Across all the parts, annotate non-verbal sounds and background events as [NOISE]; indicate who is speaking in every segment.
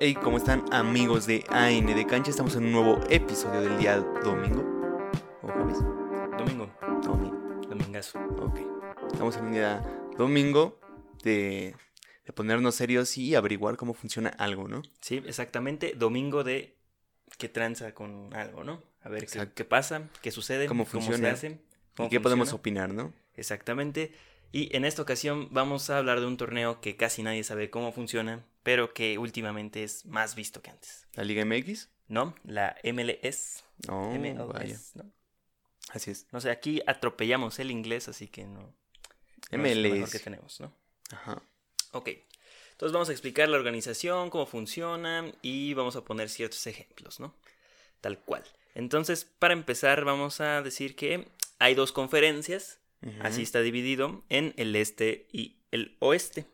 Speaker 1: Hey, ¿cómo están amigos de AN de Cancha? Estamos en un nuevo episodio del día domingo. ¿O jueves?
Speaker 2: Domingo,
Speaker 1: Domingo.
Speaker 2: domingazo.
Speaker 1: Ok. Estamos en un día domingo de, de ponernos serios y averiguar cómo funciona algo, ¿no?
Speaker 2: Sí, exactamente. Domingo de que tranza con algo, ¿no? A ver qué,
Speaker 1: Exacto.
Speaker 2: qué pasa, qué sucede,
Speaker 1: Cómo
Speaker 2: cómo,
Speaker 1: funciona.
Speaker 2: se hace.
Speaker 1: ¿Y
Speaker 2: cómo
Speaker 1: qué podemos
Speaker 2: funciona.
Speaker 1: opinar, no?
Speaker 2: Exactamente. Y en esta ocasión vamos a hablar de un torneo que casi nadie sabe cómo funciona, pero que últimamente es más visto que antes.
Speaker 1: ¿La Liga MX?
Speaker 2: ¿No? La MLS.
Speaker 1: No,
Speaker 2: MLS,
Speaker 1: Oh, vaya.
Speaker 2: ¿no?
Speaker 1: Así es.
Speaker 2: No sé, aquí atropellamos el inglés, así que no. no es lo mejor que
Speaker 1: MLS.
Speaker 2: tenemos, ¿no?
Speaker 1: Ajá.
Speaker 2: Ok. Entonces vamos a explicar la organización, cómo funciona y vamos a poner ciertos ejemplos, ¿no? Tal cual. Entonces, para empezar, vamos a decir que hay dos conferencias,
Speaker 1: Ujú.
Speaker 2: así está dividido, en el este y el oeste.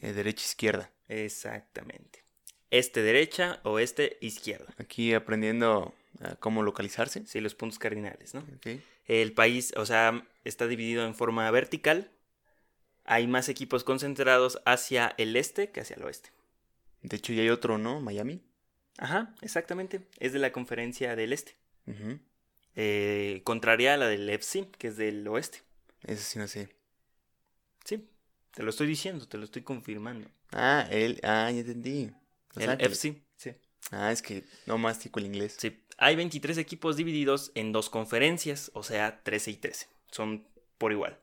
Speaker 1: Eh, derecha, izquierda.
Speaker 2: Exactamente. Este derecha, oeste, izquierda.
Speaker 1: Aquí aprendiendo a cómo localizarse.
Speaker 2: Sí, los puntos cardinales, ¿no?
Speaker 1: Ok.
Speaker 2: El país, o sea, está dividido en forma vertical. Hay más equipos concentrados hacia el este que hacia el oeste.
Speaker 1: De hecho, ya hay otro, ¿no? Miami.
Speaker 2: Ajá, exactamente. Es de la conferencia del este.
Speaker 1: Ujú.
Speaker 2: Eh, contraria a la del EFSI, que es del oeste.
Speaker 1: Eso sí, no sé.
Speaker 2: Sí, te lo estoy diciendo, te lo estoy confirmando.
Speaker 1: Ah, el. Ah, ya entendí. Los
Speaker 2: el
Speaker 1: Ángeles.
Speaker 2: EFSI, sí.
Speaker 1: Ah, es que no mastico el inglés.
Speaker 2: Sí, hay 23 equipos divididos en dos conferencias, o sea, 13 y 13. Son por igual.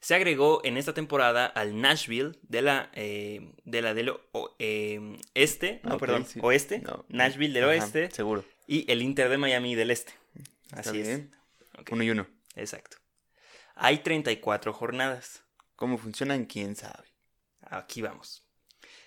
Speaker 2: Se agregó en esta temporada al Nashville de la, eh, de la del o- eh, este, no,
Speaker 1: Ok,
Speaker 2: perdón,
Speaker 1: sí.
Speaker 2: oeste,
Speaker 1: No.
Speaker 2: Nashville del
Speaker 1: Ajá,
Speaker 2: oeste
Speaker 1: Seguro.
Speaker 2: y el Inter de Miami del este.
Speaker 1: Está
Speaker 2: Así
Speaker 1: bien.
Speaker 2: es. Ok.
Speaker 1: Uno y uno.
Speaker 2: Exacto. Hay 34 jornadas.
Speaker 1: ¿Cómo funcionan? ¿Quién sabe?
Speaker 2: Aquí vamos.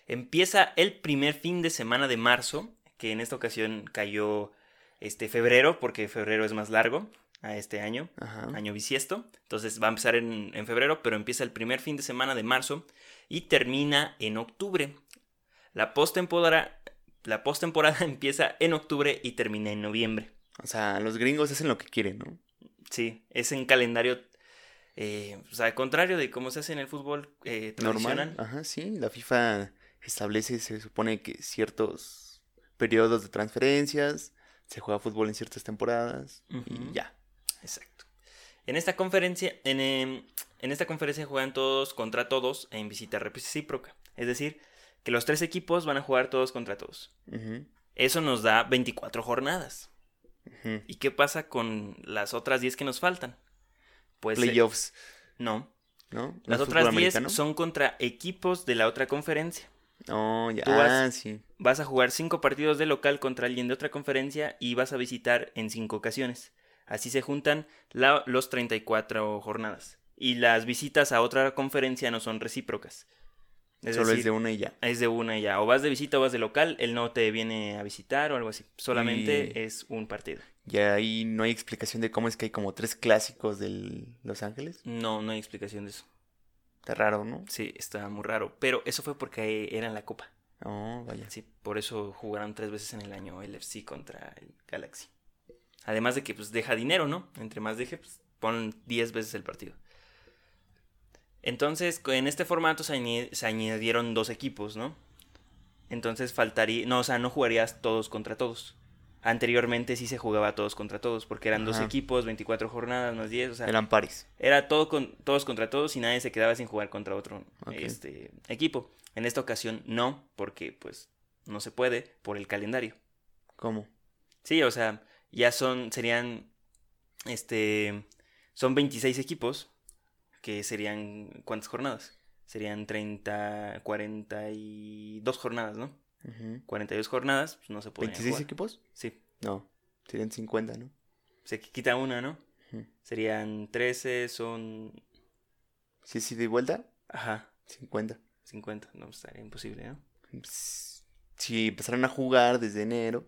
Speaker 2: Empieza el primer fin de semana de marzo, que en esta ocasión cayó este febrero, porque febrero es más largo a este año,
Speaker 1: Ajá.
Speaker 2: año bisiesto. Entonces va a empezar en, en febrero, pero empieza el primer fin de semana de marzo y termina en octubre. La postemporada, la postemporada [LAUGHS] empieza en octubre y termina en noviembre.
Speaker 1: O sea, los gringos hacen lo que quieren, ¿no?
Speaker 2: Sí, es en calendario. eh, o sea, al contrario de cómo se hace en el fútbol eh, tradicional.
Speaker 1: Normal. ah. Ajá, sí. La FIFA establece, se supone que ciertos periodos de transferencias, se juega fútbol en ciertas temporadas y
Speaker 2: Ujú.
Speaker 1: ya.
Speaker 2: Exacto. En esta conferencia, en, em, en esta conferencia juegan todos contra todos en visita recíproca. Es decir, que los tres equipos van a jugar todos contra todos.
Speaker 1: Ujú,
Speaker 2: Eso nos da 24 jornadas.
Speaker 1: ujú.
Speaker 2: ¿Y qué pasa con las otras 10 que nos faltan? Pues eh,
Speaker 1: Playoffs,
Speaker 2: no.
Speaker 1: ¿no? ¿No
Speaker 2: Las
Speaker 1: es
Speaker 2: otras
Speaker 1: fútbol
Speaker 2: 10
Speaker 1: americano?
Speaker 2: son contra equipos de la otra conferencia.
Speaker 1: No, ya.
Speaker 2: Tú vas-
Speaker 1: Ah, sí.
Speaker 2: Vas a jugar 5 partidos de local contra alguien de otra conferencia y vas a visitar en 5 ocasiones. Así se juntan la- los 34 jornadas. Y las visitas a otra conferencia no son recíprocas. Es
Speaker 1: Solo
Speaker 2: decir,
Speaker 1: es de una y ya.
Speaker 2: es de una y ya. O vas de visita o vas de local, él no te viene a visitar o algo así. Solamente
Speaker 1: Y-
Speaker 2: es un partido.
Speaker 1: Y ahí no hay explicación de cómo es que hay como tres clásicos del Los Ángeles.
Speaker 2: No, no hay explicación de eso.
Speaker 1: Está raro, ¿no?
Speaker 2: Sí, está muy raro. Pero eso fue porque era en la Copa.
Speaker 1: No, vaya.
Speaker 2: Sí, por eso jugarán tres veces en el año el FC contra el Galaxy. Además de que pues deja dinero, ¿no? Entre más deje, pues pon 10 veces el partido. Entonces, co- en este formato se, añe- se añadieron dos equipos, ¿no? Entonces faltaría, no, o sea, no jugarías todos contra todos. Anteriormente sí se jugaba todos contra todos, porque eran dos
Speaker 1: Ajá.
Speaker 2: equipos, 24 jornadas, más 10, o sea,
Speaker 1: Eran pares.
Speaker 2: era todo con, todos contra todos y nadie se quedaba sin jugar contra otro
Speaker 1: Ok.
Speaker 2: este, equipo. En esta ocasión no, porque pues no se puede por el calendario.
Speaker 1: ¿Cómo?
Speaker 2: Sí, o sea, ya son, serían, este, son 26 equipos, que serían, ¿cuántas jornadas? Serían 30, 42 jornadas, ¿no?
Speaker 1: Ujú.
Speaker 2: 42 jornadas, pues no se puede
Speaker 1: ¿26
Speaker 2: jugar.
Speaker 1: equipos?
Speaker 2: Sí,
Speaker 1: No, serían 50, ¿no?
Speaker 2: se quita una, ¿no?
Speaker 1: Ujú.
Speaker 2: Serían 13, son,
Speaker 1: Si es ida y vuelta,
Speaker 2: ajá,
Speaker 1: 50.
Speaker 2: 50, no, pues, estaría imposible, ¿no?
Speaker 1: Ps- Si empezaran a jugar desde enero,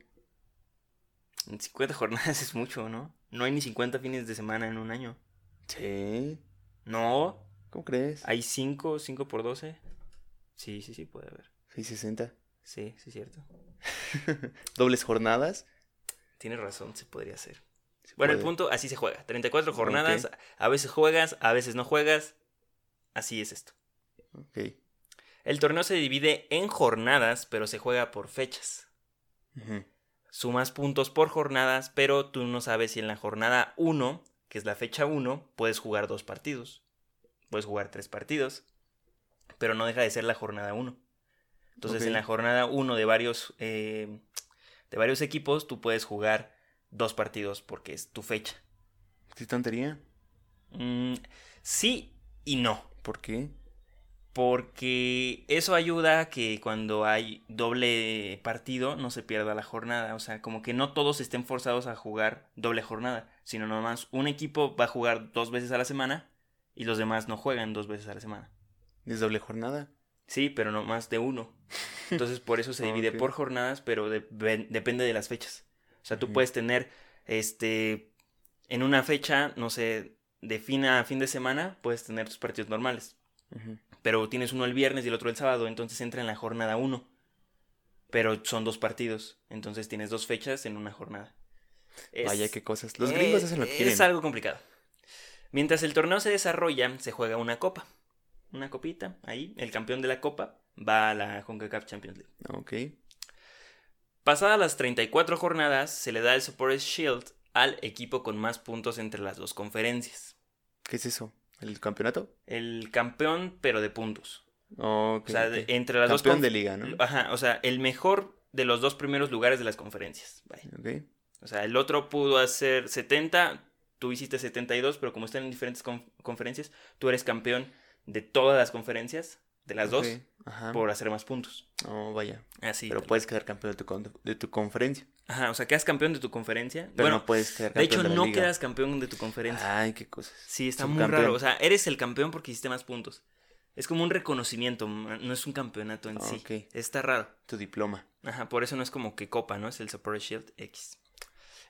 Speaker 2: En 50 jornadas [LAUGHS] es mucho, ¿no? No hay ni 50 fines de semana en un año.
Speaker 1: sí.
Speaker 2: No,
Speaker 1: ¿Cómo crees?
Speaker 2: hay 5, 5 por 12. Sí, sí, sí, puede haber.
Speaker 1: 660.
Speaker 2: Sí, sí, es cierto.
Speaker 1: Dobles jornadas.
Speaker 2: Tienes razón, se podría hacer.
Speaker 1: Se
Speaker 2: Bueno, el
Speaker 1: puede.
Speaker 2: punto, así se juega. 34 jornadas, a veces juegas, a veces no juegas. Así es esto.
Speaker 1: Ok.
Speaker 2: El torneo se divide en jornadas, pero se juega por fechas.
Speaker 1: Ujú.
Speaker 2: Sumas puntos por jornadas, pero tú no sabes si en la jornada 1, que es la fecha 1, puedes jugar dos partidos. Puedes jugar tres partidos, pero no deja de ser la jornada 1. Entonces,
Speaker 1: Ok.
Speaker 2: en la jornada 1 de varios, eh, de varios equipos, tú puedes jugar dos partidos porque es tu fecha.
Speaker 1: ¿Qué tontería?
Speaker 2: Mm, sí y no.
Speaker 1: ¿Por qué?
Speaker 2: Porque eso ayuda a que cuando hay doble partido no se pierda la jornada. O sea, como que no todos estén forzados a jugar doble jornada, sino nomás un equipo va a jugar dos veces a la semana y los demás no juegan dos veces a la semana.
Speaker 1: ¿Es doble jornada?
Speaker 2: Sí, pero no más de
Speaker 1: [LAUGHS]
Speaker 2: uno. Entonces por eso se divide
Speaker 1: Ok.
Speaker 2: por jornadas, pero de- ven- depende de las fechas. O sea, tú
Speaker 1: Ujú.
Speaker 2: puedes tener, este, en una fecha, no sé, de fin a fin de semana, puedes tener tus partidos normales.
Speaker 1: Ujú.
Speaker 2: Pero tienes uno el viernes y el otro el sábado, entonces entra en la jornada uno. Pero son dos partidos, entonces tienes dos fechas en una jornada. Es-
Speaker 1: Vaya, qué cosas. Los gringos
Speaker 2: eh,
Speaker 1: hacen lo que
Speaker 2: es
Speaker 1: quieren.
Speaker 2: algo complicado. Mientras el torneo se desarrolla, se juega una copa. Una copita, ahí. El campeón de la copa va a la CONCACAF Champions League.
Speaker 1: Ok.
Speaker 2: Pasadas las 34 jornadas, se le da el Supporters Shield al equipo con más puntos entre las dos conferencias.
Speaker 1: ¿Qué es eso? ¿El campeonato?
Speaker 2: El campeón, pero de puntos.
Speaker 1: Ok.
Speaker 2: O sea,
Speaker 1: ok.
Speaker 2: de- entre las
Speaker 1: Campeón
Speaker 2: dos
Speaker 1: de liga,
Speaker 2: conferencias.
Speaker 1: ¿no?
Speaker 2: Ajá, o sea, el mejor de los dos primeros lugares de las conferencias. Vaya.
Speaker 1: Ok.
Speaker 2: O sea, el otro pudo hacer 70, tú hiciste 72, pero como están en diferentes con- conferencias, tú eres campeón de todas las conferencias, de las
Speaker 1: Ok,
Speaker 2: dos,
Speaker 1: Ajá.
Speaker 2: por hacer más puntos.
Speaker 1: Oh, vaya.
Speaker 2: Así.
Speaker 1: Pero
Speaker 2: tal-
Speaker 1: puedes quedar campeón de tu, con- de tu conferencia.
Speaker 2: Ajá, o sea, quedas campeón de tu conferencia.
Speaker 1: Pero
Speaker 2: bueno,
Speaker 1: no puedes quedar
Speaker 2: de
Speaker 1: campeón
Speaker 2: hecho,
Speaker 1: la
Speaker 2: no
Speaker 1: liga.
Speaker 2: quedas campeón de tu conferencia.
Speaker 1: Ay, qué cosas.
Speaker 2: sí, está muy
Speaker 1: subcampeón.
Speaker 2: raro. O sea, eres el campeón porque hiciste más puntos. Es como un reconocimiento, ma- no es un campeonato en
Speaker 1: Ah,
Speaker 2: sí.
Speaker 1: ok.
Speaker 2: Está raro.
Speaker 1: Tu diploma.
Speaker 2: Ajá, por eso no es como que copa, ¿no? Es el Super Shield X.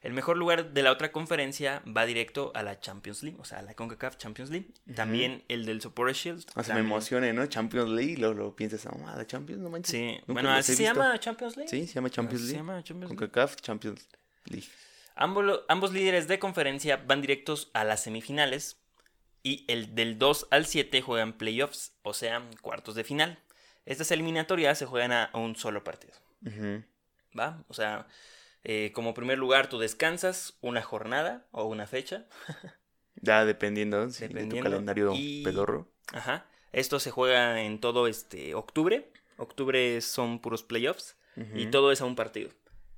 Speaker 2: El mejor lugar de la otra conferencia va directo a la Champions League, o sea, a la CONCACAF Champions League.
Speaker 1: Ujú.
Speaker 2: También el del Super
Speaker 1: O
Speaker 2: Shield.
Speaker 1: sea, me
Speaker 2: también.
Speaker 1: emocioné, ¿no? Champions League, luego, luego piensas, ah, la Champions, no manches.
Speaker 2: Sí,
Speaker 1: Nunca
Speaker 2: bueno,
Speaker 1: los he
Speaker 2: así se
Speaker 1: visto.
Speaker 2: llama Champions League.
Speaker 1: Sí, se llama Champions
Speaker 2: Así
Speaker 1: League.
Speaker 2: Se llama Champions
Speaker 1: Con
Speaker 2: League.
Speaker 1: CACAF, Champions League.
Speaker 2: Ambos, lo- ambos líderes de conferencia van directos a las semifinales y el del 2 al 7 juegan playoffs, o sea, cuartos de final. Estas eliminatorias se juegan a- a un solo partido.
Speaker 1: Ujú.
Speaker 2: ¿va? O sea, eh, como primer lugar, tú descansas una jornada o una fecha.
Speaker 1: Ya dependiendo, sí, de tu
Speaker 2: Dependiendo,
Speaker 1: calendario
Speaker 2: y-
Speaker 1: pedorro.
Speaker 2: Ajá. Esto se juega en todo este octubre. Octubre son puros playoffs y
Speaker 1: Ujú.
Speaker 2: todo es a un partido.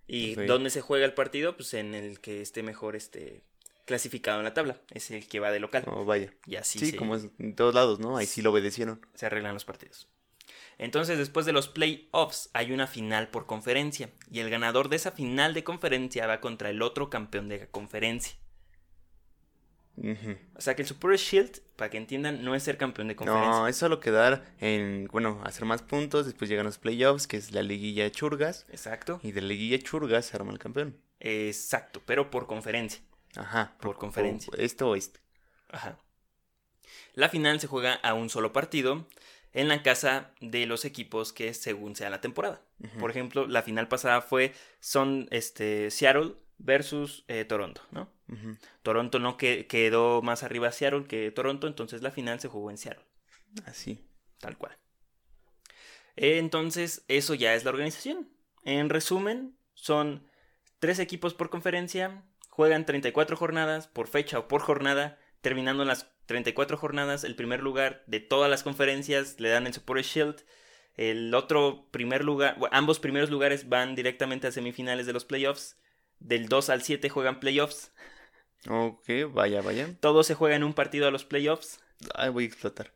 Speaker 2: ¿Y
Speaker 1: Ok.
Speaker 2: dónde se juega el partido? Pues en el que esté mejor este clasificado en la tabla. Es el que va de local.
Speaker 1: Oh, vaya.
Speaker 2: Y así
Speaker 1: Sí,
Speaker 2: se-
Speaker 1: como es en todos lados, ¿no? Ahí sí lo obedecieron.
Speaker 2: se arreglan los partidos. Entonces, después de los playoffs, hay una final por conferencia. Y el ganador de esa final de conferencia va contra el otro campeón de conferencia.
Speaker 1: Ujú.
Speaker 2: O sea que el Super Shield, para que entiendan, no es ser campeón de conferencia.
Speaker 1: No, es solo quedar en, bueno, hacer más puntos, después llegan los playoffs, que es la liguilla de churgas,
Speaker 2: Exacto.
Speaker 1: y de la liguilla de churgas se arma el campeón.
Speaker 2: Exacto, pero por conferencia.
Speaker 1: Ajá.
Speaker 2: Por conferencia.
Speaker 1: o esto o este.
Speaker 2: Ajá. La final se juega a un solo partido en la casa de los equipos que según sea la temporada.
Speaker 1: Ujú.
Speaker 2: Por ejemplo, la final pasada fue son este Seattle versus eh, Toronto, ¿no?
Speaker 1: Ujú.
Speaker 2: Toronto no que- quedó más arriba Seattle que Toronto, entonces la final se jugó en Seattle.
Speaker 1: Así.
Speaker 2: Tal cual. Entonces, eso ya es la organización. En resumen, son tres equipos por conferencia, juegan 34 jornadas por fecha o por jornada, terminando las 34 jornadas, el primer lugar de todas las conferencias le dan el Support Shield. El otro primer lugar, bueno, ambos primeros lugares van directamente a semifinales de los playoffs. Del 2 al 7 juegan playoffs.
Speaker 1: Ok, vaya, vaya.
Speaker 2: Todo se juega en un partido a los playoffs.
Speaker 1: Ay, voy a explotar.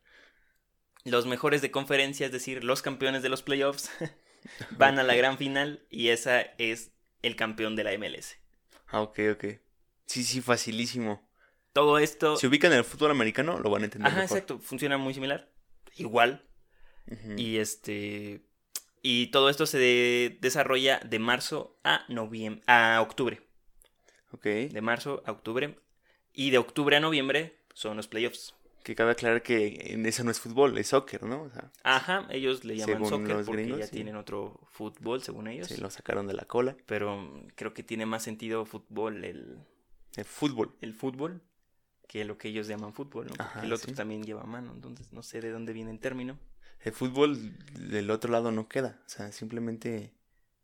Speaker 2: los mejores de conferencia, es decir, los campeones de los playoffs, [LAUGHS] van a la gran final y esa es el campeón de la MLS.
Speaker 1: Ah, ok, ok. Sí, sí, facilísimo.
Speaker 2: Todo esto...
Speaker 1: Si ubican en el fútbol americano, lo van a entender
Speaker 2: Oh. Ajá,
Speaker 1: mejor.
Speaker 2: exacto, funciona muy similar, igual.
Speaker 1: Ujú.
Speaker 2: Y este... Y todo esto se de- desarrolla de marzo a noviembre, a octubre.
Speaker 1: Ok.
Speaker 2: De marzo a octubre. Y de octubre a noviembre son los playoffs.
Speaker 1: Que cabe aclarar que en eso no es fútbol, es soccer, ¿no? O sea,
Speaker 2: Ajá, ellos le llaman
Speaker 1: Según
Speaker 2: soccer
Speaker 1: los
Speaker 2: porque
Speaker 1: gringos,
Speaker 2: ya
Speaker 1: sí.
Speaker 2: tienen otro fútbol, según ellos.
Speaker 1: se lo sacaron de la cola.
Speaker 2: Pero mm, creo que tiene más sentido fútbol el,
Speaker 1: El fútbol.
Speaker 2: el fútbol que lo que ellos llaman fútbol, ¿no? Porque
Speaker 1: Ajá,
Speaker 2: el otro
Speaker 1: sí.
Speaker 2: también lleva mano, entonces no sé de dónde viene el término.
Speaker 1: el fútbol del otro lado no queda. O sea, simplemente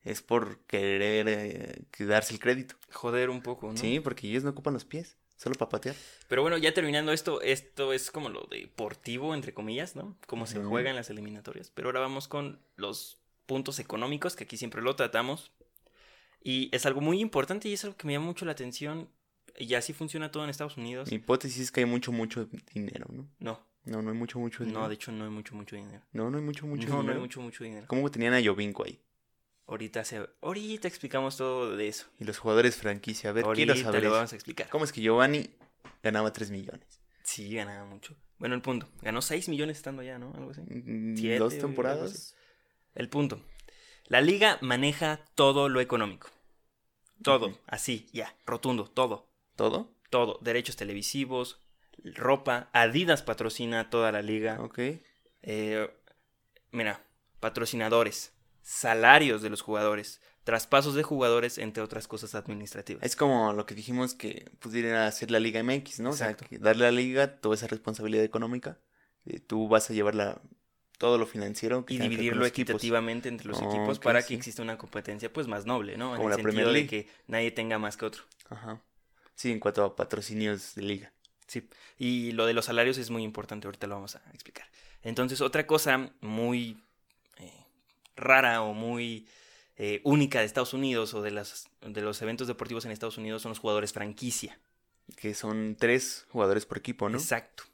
Speaker 1: es por querer eh, darse el crédito.
Speaker 2: Joder un poco, ¿no?
Speaker 1: Sí, porque ellos no ocupan los pies, solo para patear.
Speaker 2: Pero bueno, ya terminando esto, esto es como lo deportivo, entre comillas, ¿no? Cómo se
Speaker 1: Ujú.
Speaker 2: juegan las eliminatorias. Pero ahora vamos con los puntos económicos, que aquí siempre lo tratamos. Y es algo muy importante y es algo que me llama mucho la atención. Y así funciona todo en Estados Unidos.
Speaker 1: Mi hipótesis es que hay mucho, mucho dinero, ¿no?
Speaker 2: No,
Speaker 1: No, no hay mucho, mucho dinero.
Speaker 2: no, de hecho no hay mucho, mucho dinero.
Speaker 1: No, no hay mucho, mucho
Speaker 2: no, no
Speaker 1: dinero.
Speaker 2: hay mucho, mucho dinero.
Speaker 1: ¿Cómo tenían a Jovinko ahí?
Speaker 2: Ahorita, se... Ahorita explicamos todo de eso.
Speaker 1: Y los jugadores franquicia. A ver,
Speaker 2: Ahorita
Speaker 1: quiero saber
Speaker 2: lo
Speaker 1: eso.
Speaker 2: vamos a explicar.
Speaker 1: ¿Cómo es que Giovanni ganaba 3 millones?
Speaker 2: Sí, ganaba mucho. Bueno, el punto. Ganó 6 millones estando allá, ¿no? Algo así.
Speaker 1: Mm,
Speaker 2: Siete,
Speaker 1: ¿Dos
Speaker 2: algo así.
Speaker 1: temporadas?
Speaker 2: El punto. La liga maneja todo lo económico. Todo,
Speaker 1: Ujú.
Speaker 2: así, ya, rotundo, todo,
Speaker 1: ¿Todo?
Speaker 2: todo. Derechos televisivos, ropa, Adidas patrocina toda la liga.
Speaker 1: Ok.
Speaker 2: Eh, mira, patrocinadores, salarios de los jugadores, traspasos de jugadores, entre otras cosas administrativas.
Speaker 1: Es como lo que dijimos que pudiera hacer la Liga MX, ¿no?
Speaker 2: Exacto.
Speaker 1: O sea, que darle a la Liga toda esa responsabilidad económica. eh, tú vas a llevar la- todo lo financiero. que
Speaker 2: y
Speaker 1: tenga que ver con
Speaker 2: dividirlo
Speaker 1: los equipos.
Speaker 2: equitativamente entre los
Speaker 1: Ah,
Speaker 2: equipos
Speaker 1: ok,
Speaker 2: para que
Speaker 1: sí.
Speaker 2: exista una competencia pues más noble, ¿no? En
Speaker 1: Como
Speaker 2: el
Speaker 1: la
Speaker 2: sentido
Speaker 1: Premier
Speaker 2: de
Speaker 1: League.
Speaker 2: que nadie tenga más que otro.
Speaker 1: Ajá. Sí, en cuanto a patrocinios de Liga.
Speaker 2: Sí, y lo de los salarios es muy importante, ahorita lo vamos a explicar. Entonces, otra cosa muy eh, rara o muy eh, única de Estados Unidos o de, las, de los eventos deportivos en Estados Unidos son los jugadores franquicia.
Speaker 1: Que son tres jugadores por equipo, ¿no?
Speaker 2: Exacto.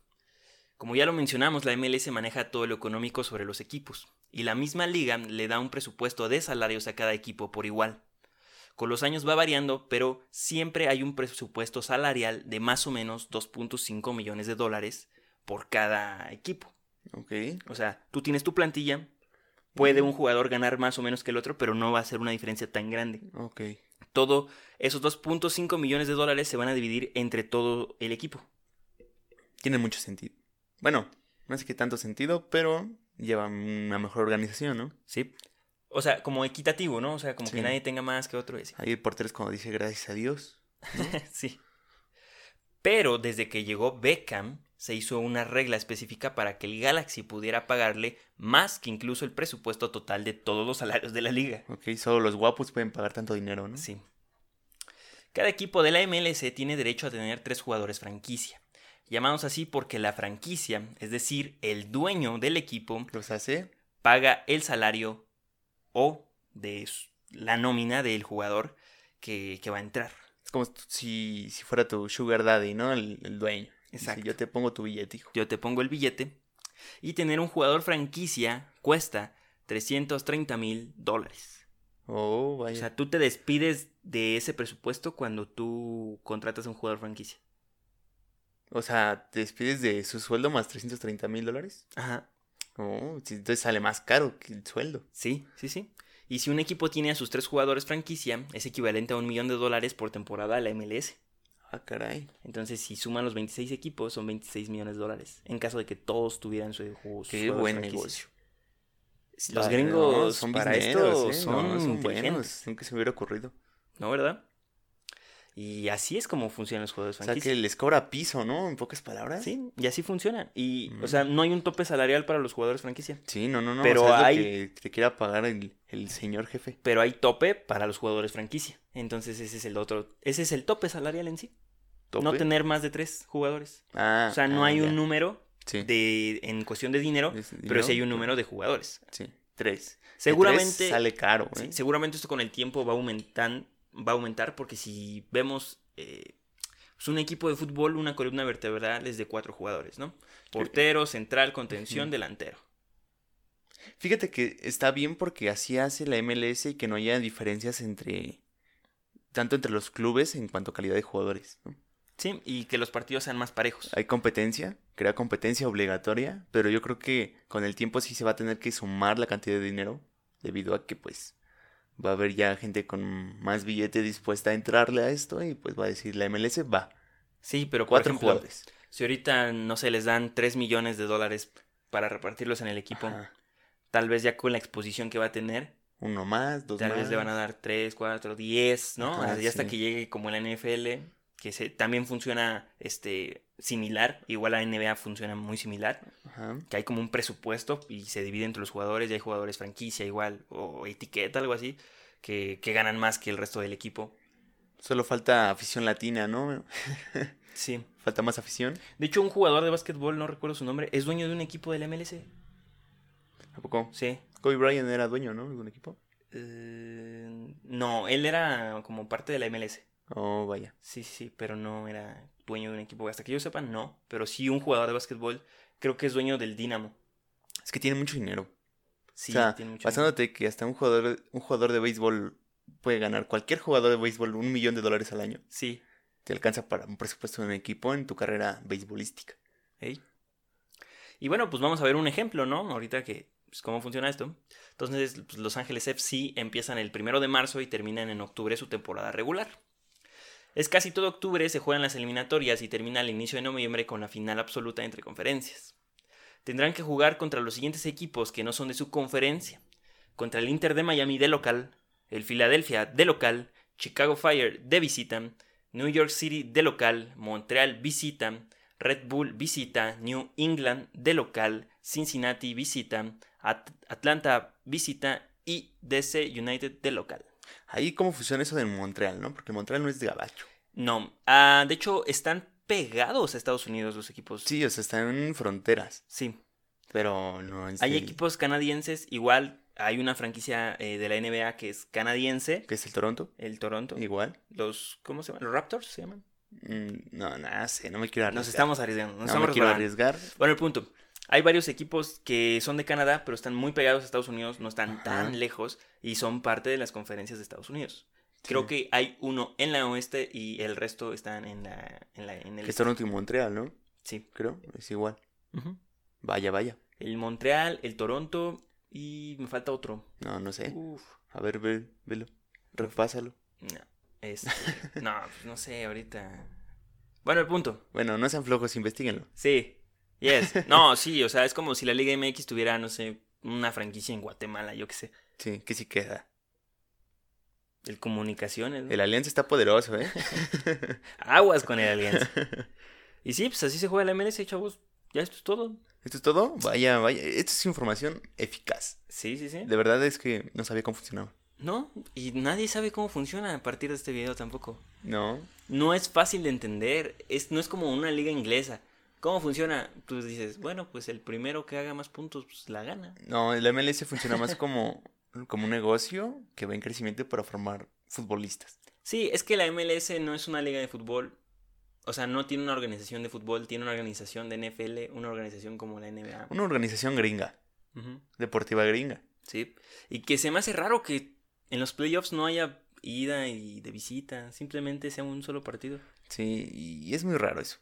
Speaker 2: Como ya lo mencionamos, la MLS maneja todo lo económico sobre los equipos, y la misma liga le da un presupuesto de salarios a cada equipo por igual. Con los años va variando, pero siempre hay un presupuesto salarial de más o menos 2.5 millones de dólares por cada equipo.
Speaker 1: Ok.
Speaker 2: O sea, tú tienes tu plantilla, puede un jugador ganar más o menos que el otro, pero no va a ser una diferencia tan grande.
Speaker 1: Ok.
Speaker 2: Todo esos 2.5 millones de dólares se van a dividir entre todo el equipo.
Speaker 1: Tiene mucho sentido. Bueno, no sé qué tanto sentido, pero lleva una mejor organización, ¿no?
Speaker 2: Sí. O sea, como equitativo, ¿no? O sea, como que
Speaker 1: Sí.
Speaker 2: nadie tenga más que otro. y así. [LAUGHS]
Speaker 1: Ahí el portero es cuando dice gracias a Dios.
Speaker 2: sí. Pero desde que llegó Beckham, se hizo una regla específica para que el Galaxy pudiera pagarle más que incluso el presupuesto total de todos los salarios de la liga.
Speaker 1: Ok, solo los guapos pueden pagar tanto dinero, ¿no?
Speaker 2: Sí. Cada equipo de la MLC tiene derecho a tener tres jugadores franquicia. Llamados así porque la franquicia, es decir, el dueño del equipo,
Speaker 1: Los hace.
Speaker 2: paga el salario o de s- la nómina del jugador que, que va a entrar.
Speaker 1: Es como si, si fuera tu sugar daddy, ¿no? El, el dueño. Dice,
Speaker 2: Exacto.
Speaker 1: yo te pongo tu billete, hijo.
Speaker 2: Yo te pongo el billete y tener un jugador franquicia cuesta 330 mil dólares.
Speaker 1: Oh,
Speaker 2: O
Speaker 1: vaya.
Speaker 2: sea, tú te despides de ese presupuesto cuando tú contratas a un jugador franquicia.
Speaker 1: te despides de su sueldo más 330 mil dólares.
Speaker 2: Ajá.
Speaker 1: Oh, sí, entonces sale más caro que el sueldo.
Speaker 2: Sí, sí, sí. Y si un equipo tiene a sus tres jugadores franquicia, es equivalente a un millón de dólares por temporada a la MLS.
Speaker 1: Ah, caray.
Speaker 2: Entonces, si suman los 26 equipos, son 26 millones de dólares. En caso de que todos tuvieran su juego. sus
Speaker 1: Qué
Speaker 2: juegos
Speaker 1: buen
Speaker 2: franquicias.
Speaker 1: negocio.
Speaker 2: Pues, Los
Speaker 1: Vale,
Speaker 2: gringos
Speaker 1: no,
Speaker 2: son para
Speaker 1: bisneros,
Speaker 2: esto
Speaker 1: ¿eh?
Speaker 2: son,
Speaker 1: No,
Speaker 2: buenos,
Speaker 1: Nunca se me hubiera ocurrido.
Speaker 2: ¿no verdad? Y así es como funcionan los
Speaker 1: O
Speaker 2: juegos
Speaker 1: sea,
Speaker 2: franquicias.
Speaker 1: que les cobra piso, ¿no? En pocas palabras.
Speaker 2: Sí, y así funciona. Y,
Speaker 1: Mm.
Speaker 2: o sea, no hay un tope salarial para los jugadores franquicia,
Speaker 1: Sí, no, no, no.
Speaker 2: Pero
Speaker 1: o sea, es lo
Speaker 2: hay-
Speaker 1: que te quiera pagar el, el señor jefe.
Speaker 2: pero hay tope para los jugadores franquicia. Entonces ese es el otro, ese es el tope salarial en sí. No
Speaker 1: ¿Tope?
Speaker 2: tener más de tres jugadores.
Speaker 1: Ah,
Speaker 2: O sea, no
Speaker 1: ah,
Speaker 2: hay
Speaker 1: ya.
Speaker 2: un número
Speaker 1: Sí.
Speaker 2: de en cuestión de dinero,
Speaker 1: Es-
Speaker 2: pero sí hay
Speaker 1: ¿no?
Speaker 2: un número de jugadores.
Speaker 1: Sí, E tres. Que
Speaker 2: Seguramente
Speaker 1: tres sale caro,
Speaker 2: Sí,
Speaker 1: ¿eh?
Speaker 2: seguramente esto con el tiempo va a aumentar, va a aumentar porque si vemos eh, pues un equipo de fútbol, una columna vertebral es de cuatro jugadores, ¿no? Portero, central, contención,
Speaker 1: Ujú.
Speaker 2: delantero.
Speaker 1: Fíjate que está bien porque así hace la MLS y que no haya diferencias entre tanto entre los clubes en cuanto a calidad de jugadores. ¿no?
Speaker 2: Sí, y que los partidos sean más parejos.
Speaker 1: Hay competencia, crea competencia obligatoria, pero yo creo que con el tiempo sí se va a tener que sumar la cantidad de dinero debido a que pues va a haber ya gente con más billete dispuesta a entrarle a esto y pues va a decir la MLS va,
Speaker 2: Sí, pero por
Speaker 1: cuatro
Speaker 2: ejemplo,
Speaker 1: jugadores.
Speaker 2: Si ahorita, no sé, les dan 3 millones de dólares para repartirlos en el equipo,
Speaker 1: Ajá.
Speaker 2: tal vez ya con la exposición que va a tener,
Speaker 1: Uno más, dos
Speaker 2: tal
Speaker 1: más.
Speaker 2: vez le van a dar 3, 4, 10, ¿no?
Speaker 1: Ajá,
Speaker 2: Así hasta
Speaker 1: sí.
Speaker 2: que llegue como la NFL que se, también funciona este, similar, igual la NBA funciona muy similar,
Speaker 1: Ajá.
Speaker 2: que hay como un presupuesto y se divide entre los jugadores, y hay jugadores franquicia igual, o etiqueta, algo así, que, que ganan más que el resto del equipo.
Speaker 1: Solo falta afición latina, ¿no?
Speaker 2: Sí.
Speaker 1: Falta más afición.
Speaker 2: De hecho, un jugador de básquetbol, no recuerdo su nombre, es dueño de un equipo del MLS.
Speaker 1: ¿A poco?
Speaker 2: Sí.
Speaker 1: Kobe Bryant era dueño, ¿no? De un equipo.
Speaker 2: Eh, no, él era como parte de la MLS.
Speaker 1: Oh, vaya.
Speaker 2: Sí, sí, pero no era dueño de un equipo. Hasta que yo sepa, no. Pero sí, un jugador de básquetbol creo que es dueño del Dinamo.
Speaker 1: Es que tiene mucho dinero.
Speaker 2: Sí,
Speaker 1: o sea,
Speaker 2: tiene mucho
Speaker 1: basándote que hasta un jugador, un jugador de béisbol puede ganar, cualquier jugador de béisbol, un millón de dólares al año.
Speaker 2: dinero. Sí.
Speaker 1: Te alcanza para un presupuesto de un equipo en tu carrera beisbolística.
Speaker 2: Ey. Y bueno, pues vamos a ver un ejemplo, ¿no? Ahorita que, pues, cómo funciona esto. Entonces, pues, Los Ángeles FC empiezan el primero de marzo y terminan en octubre su temporada regular. Es casi todo octubre, se juegan las eliminatorias y termina al inicio de noviembre con la final absoluta entre conferencias. Tendrán que jugar contra los siguientes equipos que no son de su conferencia. Contra el Inter de Miami de local, el Philadelphia de local, Chicago Fire de visita, New York City de local, Montreal visita, Red Bull visita, New England de local, Cincinnati visita, At- Atlanta visita y DC United de local.
Speaker 1: Ahí cómo funciona eso de Montreal, ¿no? Porque Montreal no es de gabacho.
Speaker 2: No, ah, de hecho están pegados a Estados Unidos los equipos.
Speaker 1: Sí, o sea, están en fronteras,
Speaker 2: Sí.
Speaker 1: pero no es
Speaker 2: Hay
Speaker 1: el-
Speaker 2: equipos canadienses, igual hay una franquicia eh, de la NBA que es canadiense,
Speaker 1: ¿Qué es el Toronto?
Speaker 2: el Toronto.
Speaker 1: Igual.
Speaker 2: Los, ¿cómo se llaman? ¿Los Raptors se llaman?
Speaker 1: Mm, no, nada, sé, no me quiero arriesgar.
Speaker 2: Nos estamos arriesgando, nos
Speaker 1: no
Speaker 2: estamos
Speaker 1: me quiero
Speaker 2: resbalando.
Speaker 1: arriesgar.
Speaker 2: Bueno, el punto. Hay varios equipos que son de Canadá, pero están muy pegados a Estados Unidos, no están
Speaker 1: Ajá.
Speaker 2: tan lejos y son parte de las conferencias de Estados Unidos. Creo
Speaker 1: Sí.
Speaker 2: que hay uno en la oeste y el resto están en la, en la en el
Speaker 1: Que es Toronto y Montreal, ¿no?
Speaker 2: sí.
Speaker 1: Creo, es igual. Vaya, vaya.
Speaker 2: El Montreal, el Toronto y me falta otro.
Speaker 1: No, no sé.
Speaker 2: Uf.
Speaker 1: A ver, ve- velo. Repásalo.
Speaker 2: No, este, no, pues, no sé ahorita. Bueno, el punto.
Speaker 1: Bueno, no sean flojos, investiguenlo.
Speaker 2: Sí. Yes.
Speaker 1: [LAUGHS]
Speaker 2: No, sí, o sea, es como si la Liga MX tuviera, no sé, una franquicia en Guatemala, yo qué sé.
Speaker 1: Sí, que sí queda.
Speaker 2: El comunicaciones. ¿no?
Speaker 1: El Alianza está poderoso, ¿eh? [LAUGHS]
Speaker 2: Aguas con el Alianza. Y sí, pues así se juega la MLS, chavos. Ya esto es todo.
Speaker 1: ¿Esto es todo? Vaya, vaya. Esto es información eficaz.
Speaker 2: Sí, sí, sí.
Speaker 1: De verdad es que no sabía cómo funcionaba.
Speaker 2: No, y nadie sabe cómo funciona a partir de este video tampoco.
Speaker 1: No.
Speaker 2: No es fácil de entender, es, no es como una liga inglesa. ¿Cómo funciona? Tú dices, bueno, pues el primero que haga más puntos, pues la gana.
Speaker 1: No, el MLS funciona más como, como un negocio que va en crecimiento para formar futbolistas.
Speaker 2: Sí, es que la MLS no es una liga de fútbol. O sea, no tiene una organización de fútbol, tiene una organización de NFL, una organización como la NBA.
Speaker 1: Una organización gringa,
Speaker 2: Ujú.
Speaker 1: deportiva gringa.
Speaker 2: Sí. Y que se me hace raro que en los playoffs no haya ida y de visita, simplemente sea un solo partido.
Speaker 1: Sí, y es muy raro eso.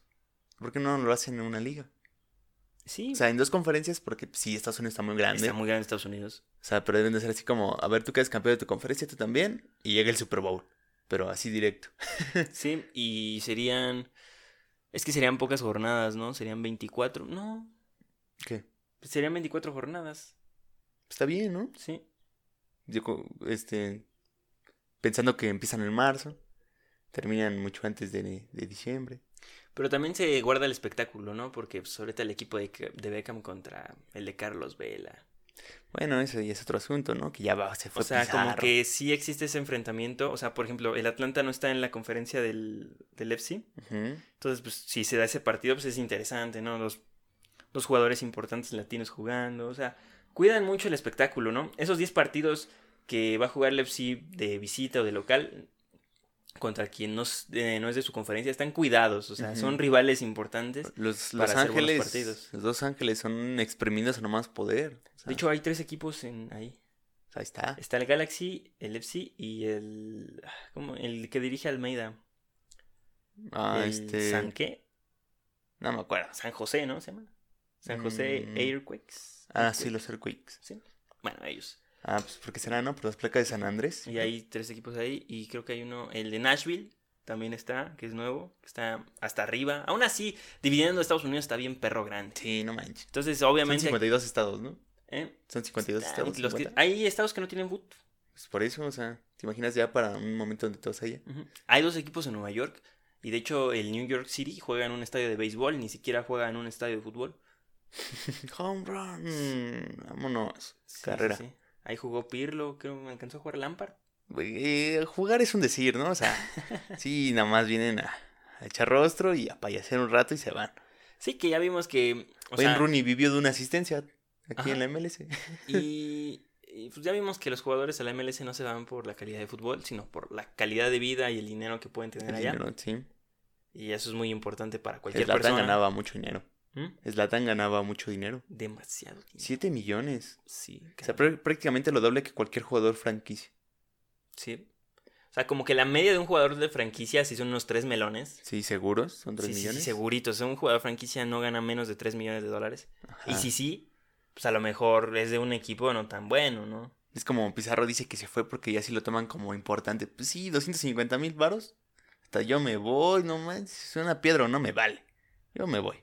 Speaker 1: ¿Por qué no lo hacen en una liga?
Speaker 2: Sí,
Speaker 1: O sea, en dos conferencias, porque sí, Estados Unidos está muy grande.
Speaker 2: está muy grande
Speaker 1: [LAUGHS]
Speaker 2: Estados Unidos.
Speaker 1: O sea, pero deben de ser así como, a ver, tú quedas campeón de tu conferencia, tú también, y llega el Super Bowl. Pero así directo. [LAUGHS]
Speaker 2: Sí, y serían. Es que serían pocas jornadas, ¿no? Serían 24. No,
Speaker 1: ¿Qué?
Speaker 2: serían 24 jornadas.
Speaker 1: Está bien, ¿no?
Speaker 2: Sí.
Speaker 1: Yo, co- este, pensando que empiezan en marzo, terminan mucho antes de, de diciembre.
Speaker 2: Pero también se guarda el espectáculo, ¿no? Porque pues, ahorita el equipo de, de Beckham contra el de Carlos Vela.
Speaker 1: Bueno, eso ya es otro asunto, ¿no? Que ya va, se fue
Speaker 2: O sea, como
Speaker 1: Pizarro.
Speaker 2: que sí existe ese enfrentamiento. O sea, por ejemplo, el Atlanta no está en la conferencia del, del FC.
Speaker 1: Ujú.
Speaker 2: Entonces, pues, si se da ese partido, pues es interesante, ¿no? Los, los jugadores importantes latinos jugando, o sea, cuidan mucho el espectáculo, ¿no? Esos 10 partidos que va a jugar el FC de visita o de local contra quien no, es- eh, no es de su conferencia, están cuidados, o sea,
Speaker 1: Ujú.
Speaker 2: son rivales importantes.
Speaker 1: Los, los
Speaker 2: para hacer buenos
Speaker 1: Ángeles,
Speaker 2: partidos.
Speaker 1: los dos Ángeles son exprimidos a no más poder. O sea,
Speaker 2: De hecho, hay tres equipos en ahí.
Speaker 1: ahí está.
Speaker 2: Está el Galaxy, el FC y el... ah, ¿Cómo? El que dirige Almeida.
Speaker 1: Ah,
Speaker 2: el
Speaker 1: este,
Speaker 2: San qué?
Speaker 1: no me acuerdo.
Speaker 2: San José, ¿no? Se llama. San José
Speaker 1: Mm.
Speaker 2: Airquakes.
Speaker 1: Ah, sí,
Speaker 2: Airquakes.
Speaker 1: los Airquakes.
Speaker 2: Bueno, ellos.
Speaker 1: Ah, pues porque será, ¿no? Por las placas de San Andrés.
Speaker 2: Y hay tres equipos ahí. Y creo que hay uno, el de Nashville, también está, que es nuevo. que Está hasta arriba. Aún así, dividiendo a Estados Unidos está bien perro grande.
Speaker 1: Sí, no manches.
Speaker 2: Entonces,
Speaker 1: Son
Speaker 2: obviamente.
Speaker 1: 52 estados, ¿no?
Speaker 2: ¿eh?
Speaker 1: Son 52
Speaker 2: Está-
Speaker 1: estados.
Speaker 2: los que-
Speaker 1: 50.
Speaker 2: hay estados que no tienen fútbol.
Speaker 1: Pues por eso, o sea, te imaginas ya para un momento donde todos haya.
Speaker 2: Hay dos equipos en Nueva York. Y de hecho, el New York City juega en un estadio de béisbol, ni siquiera juega en un estadio de fútbol.
Speaker 1: [LAUGHS] Home run. Vámonos.
Speaker 2: Sí,
Speaker 1: Carrera.
Speaker 2: sí, sí. Ahí jugó Pirlo, creo me alcanzó a jugar Lampard.
Speaker 1: Eh, jugar es un decir, ¿no? O
Speaker 2: [LAUGHS]
Speaker 1: sea, sí, nada más vienen a, a echar rostro y a payasear un rato y se van.
Speaker 2: Sí, que ya vimos que. o
Speaker 1: Wayne
Speaker 2: sea,
Speaker 1: Rooney vivió de una asistencia aquí
Speaker 2: Ajá.
Speaker 1: en la MLS.
Speaker 2: Y, y, pues ya vimos que los jugadores a la MLS no se van por la calidad de fútbol, sino por la calidad de vida y el dinero que pueden
Speaker 1: [LAUGHS]
Speaker 2: tener
Speaker 1: El
Speaker 2: allá.
Speaker 1: dinero, sí.
Speaker 2: Y eso es muy importante para cualquier
Speaker 1: Zlatan
Speaker 2: persona.
Speaker 1: ganaba mucho dinero.
Speaker 2: ¿Mm?
Speaker 1: Zlatan ganaba mucho dinero.
Speaker 2: Demasiado dinero. Sí,
Speaker 1: 7 millones. O sea,
Speaker 2: caray.
Speaker 1: prá- prácticamente lo doble que cualquier jugador franquicia.
Speaker 2: sí. O sea, como que la media de un jugador de franquicia, si son unos 3 melones.
Speaker 1: Sí, seguros, son 3
Speaker 2: Sí, sí, sí,
Speaker 1: millones.
Speaker 2: segurito. O sea, un jugador de franquicia no gana menos de 3 millones de dólares.
Speaker 1: Ajá.
Speaker 2: Y si sí, pues a lo mejor es de un equipo no tan bueno, ¿no?
Speaker 1: Es como Pizarro dice que se fue porque ya sí lo toman como importante. Pues sí, 250 mil varos. Hasta yo me voy, no manches. Es una piedra, no me vale. Yo me voy.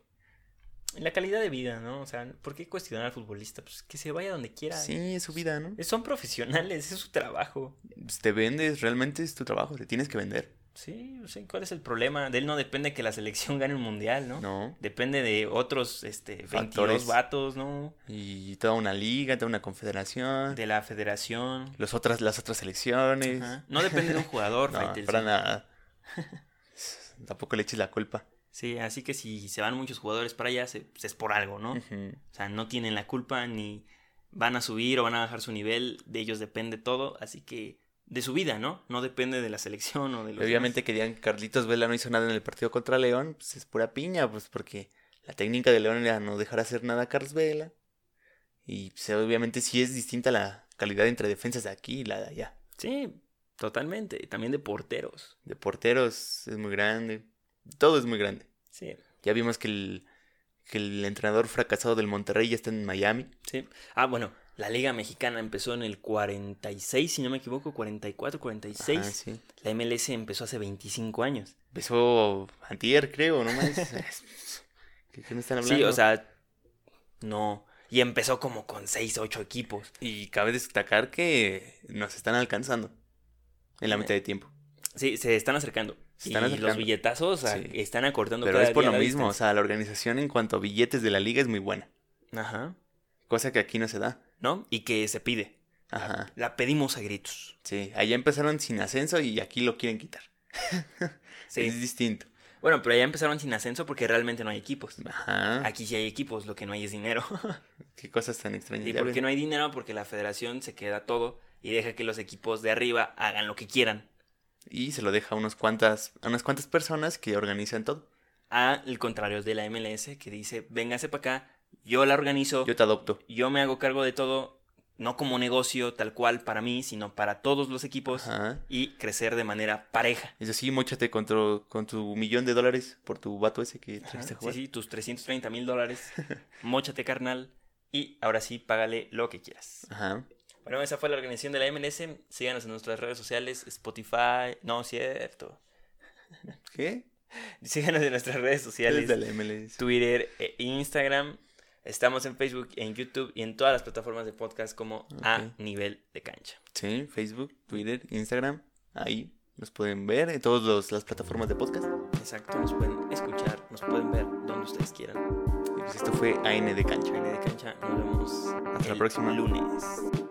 Speaker 2: Y La calidad de vida, ¿no? O sea, ¿por qué cuestionar al futbolista? Pues que se vaya donde quiera.
Speaker 1: Sí, es su vida, ¿no?
Speaker 2: Son profesionales, es su trabajo.
Speaker 1: Pues te vendes, realmente es tu trabajo, te tienes que vender.
Speaker 2: Sí, o sea, ¿cuál es el problema? De él no depende que la selección gane un mundial, ¿no?
Speaker 1: No.
Speaker 2: Depende de otros, este, 22
Speaker 1: Factores.
Speaker 2: vatos, ¿no?
Speaker 1: Y toda una liga, toda una confederación.
Speaker 2: De la federación.
Speaker 1: Los otras, las otras selecciones.
Speaker 2: Ajá. No depende de un jugador,
Speaker 1: [LAUGHS] No,
Speaker 2: Faitelson.
Speaker 1: para
Speaker 2: [LAUGHS]
Speaker 1: nada. Tampoco le eches la culpa.
Speaker 2: Sí, así que si se van muchos jugadores para allá, se- pues es por algo, ¿no?
Speaker 1: Ujú.
Speaker 2: O sea, no tienen la culpa ni van a subir o van a bajar su nivel, de ellos depende todo, así que de su vida, ¿no? No depende de la selección o de los...
Speaker 1: Obviamente que digan que Carlitos Vela no hizo nada en el partido contra León, pues es pura piña, pues porque la técnica de León era no dejar hacer nada a Carlos Vela. Y pues, obviamente sí es distinta la calidad entre defensas de aquí y la de allá.
Speaker 2: demás. Sí, totalmente. También de porteros.
Speaker 1: De porteros es muy grande, todo es muy grande.
Speaker 2: Sí,
Speaker 1: Ya vimos que el, que el entrenador fracasado del Monterrey ya está en Miami.
Speaker 2: sí. Ah, bueno, la Liga Mexicana empezó en el 46, si no me equivoco, 44, 46.
Speaker 1: Ah, sí.
Speaker 2: La MLS empezó hace 25 años.
Speaker 1: Empezó antier, creo, ¿no más?
Speaker 2: [LAUGHS]
Speaker 1: ¿Qué, qué me están hablando?
Speaker 2: Sí, o sea, no. Y empezó como con 6, 8 equipos.
Speaker 1: Y cabe destacar que nos están alcanzando en la mitad de tiempo.
Speaker 2: Sí, se están acercando.
Speaker 1: Se están
Speaker 2: y los
Speaker 1: acercando.
Speaker 2: billetazos a-
Speaker 1: Sí.
Speaker 2: están acortando
Speaker 1: Pero
Speaker 2: cada
Speaker 1: es por
Speaker 2: día
Speaker 1: lo
Speaker 2: la
Speaker 1: mismo, o sea, la organización en cuanto a billetes de la liga es muy buena,
Speaker 2: distancia. Ajá.
Speaker 1: cosa que aquí no se da.
Speaker 2: ¿No? Y que se pide.
Speaker 1: Ajá.
Speaker 2: La pedimos a gritos.
Speaker 1: Sí, allá empezaron sin ascenso y aquí lo quieren quitar. Es
Speaker 2: Sí.
Speaker 1: distinto.
Speaker 2: Bueno, pero ya empezaron sin ascenso porque realmente no hay equipos.
Speaker 1: Ajá.
Speaker 2: Aquí sí hay equipos, lo que no hay es dinero. [LAUGHS]
Speaker 1: Qué cosas tan extrañas.
Speaker 2: ¿Y
Speaker 1: Ya
Speaker 2: por qué
Speaker 1: ven.
Speaker 2: no hay dinero? Porque la federación se queda todo y deja que los equipos de arriba hagan lo que quieran.
Speaker 1: Y se lo deja a unas cuantas, a unas cuantas personas que organizan todo.
Speaker 2: Al contrario de la MLS que dice, véngase para acá, yo la organizo,
Speaker 1: Yo te adopto.
Speaker 2: yo me hago cargo de todo, no como negocio tal cual para mí, sino para todos los equipos
Speaker 1: Ajá.
Speaker 2: y crecer de manera pareja.
Speaker 1: Eso sí, mochate con tu, con tu millón de dólares por tu vato ese que
Speaker 2: Ajá,
Speaker 1: trajiste a
Speaker 2: sí,
Speaker 1: jugar.
Speaker 2: sí, tus 330
Speaker 1: [LAUGHS]
Speaker 2: mil dólares, mochate carnal y ahora sí, págale lo que quieras.
Speaker 1: Ajá.
Speaker 2: Bueno, esa fue la organización de la MLS, síganos en nuestras redes sociales, Spotify, no, cierto.
Speaker 1: ¿Qué?
Speaker 2: Síganos en nuestras redes sociales,
Speaker 1: Desde la MLS.
Speaker 2: Twitter e Instagram. Estamos en Facebook, en YouTube y en todas las plataformas de podcast como A
Speaker 1: Ok.
Speaker 2: Nivel de Cancha.
Speaker 1: Sí, Facebook, Twitter, Instagram. Ahí nos pueden ver en todas las plataformas de podcast.
Speaker 2: Exacto, nos pueden escuchar, nos pueden ver donde ustedes quieran.
Speaker 1: Y pues esto fue AN de Cancha.
Speaker 2: AN de Cancha, nos vemos
Speaker 1: Hasta la
Speaker 2: el
Speaker 1: próxima.
Speaker 2: lunes.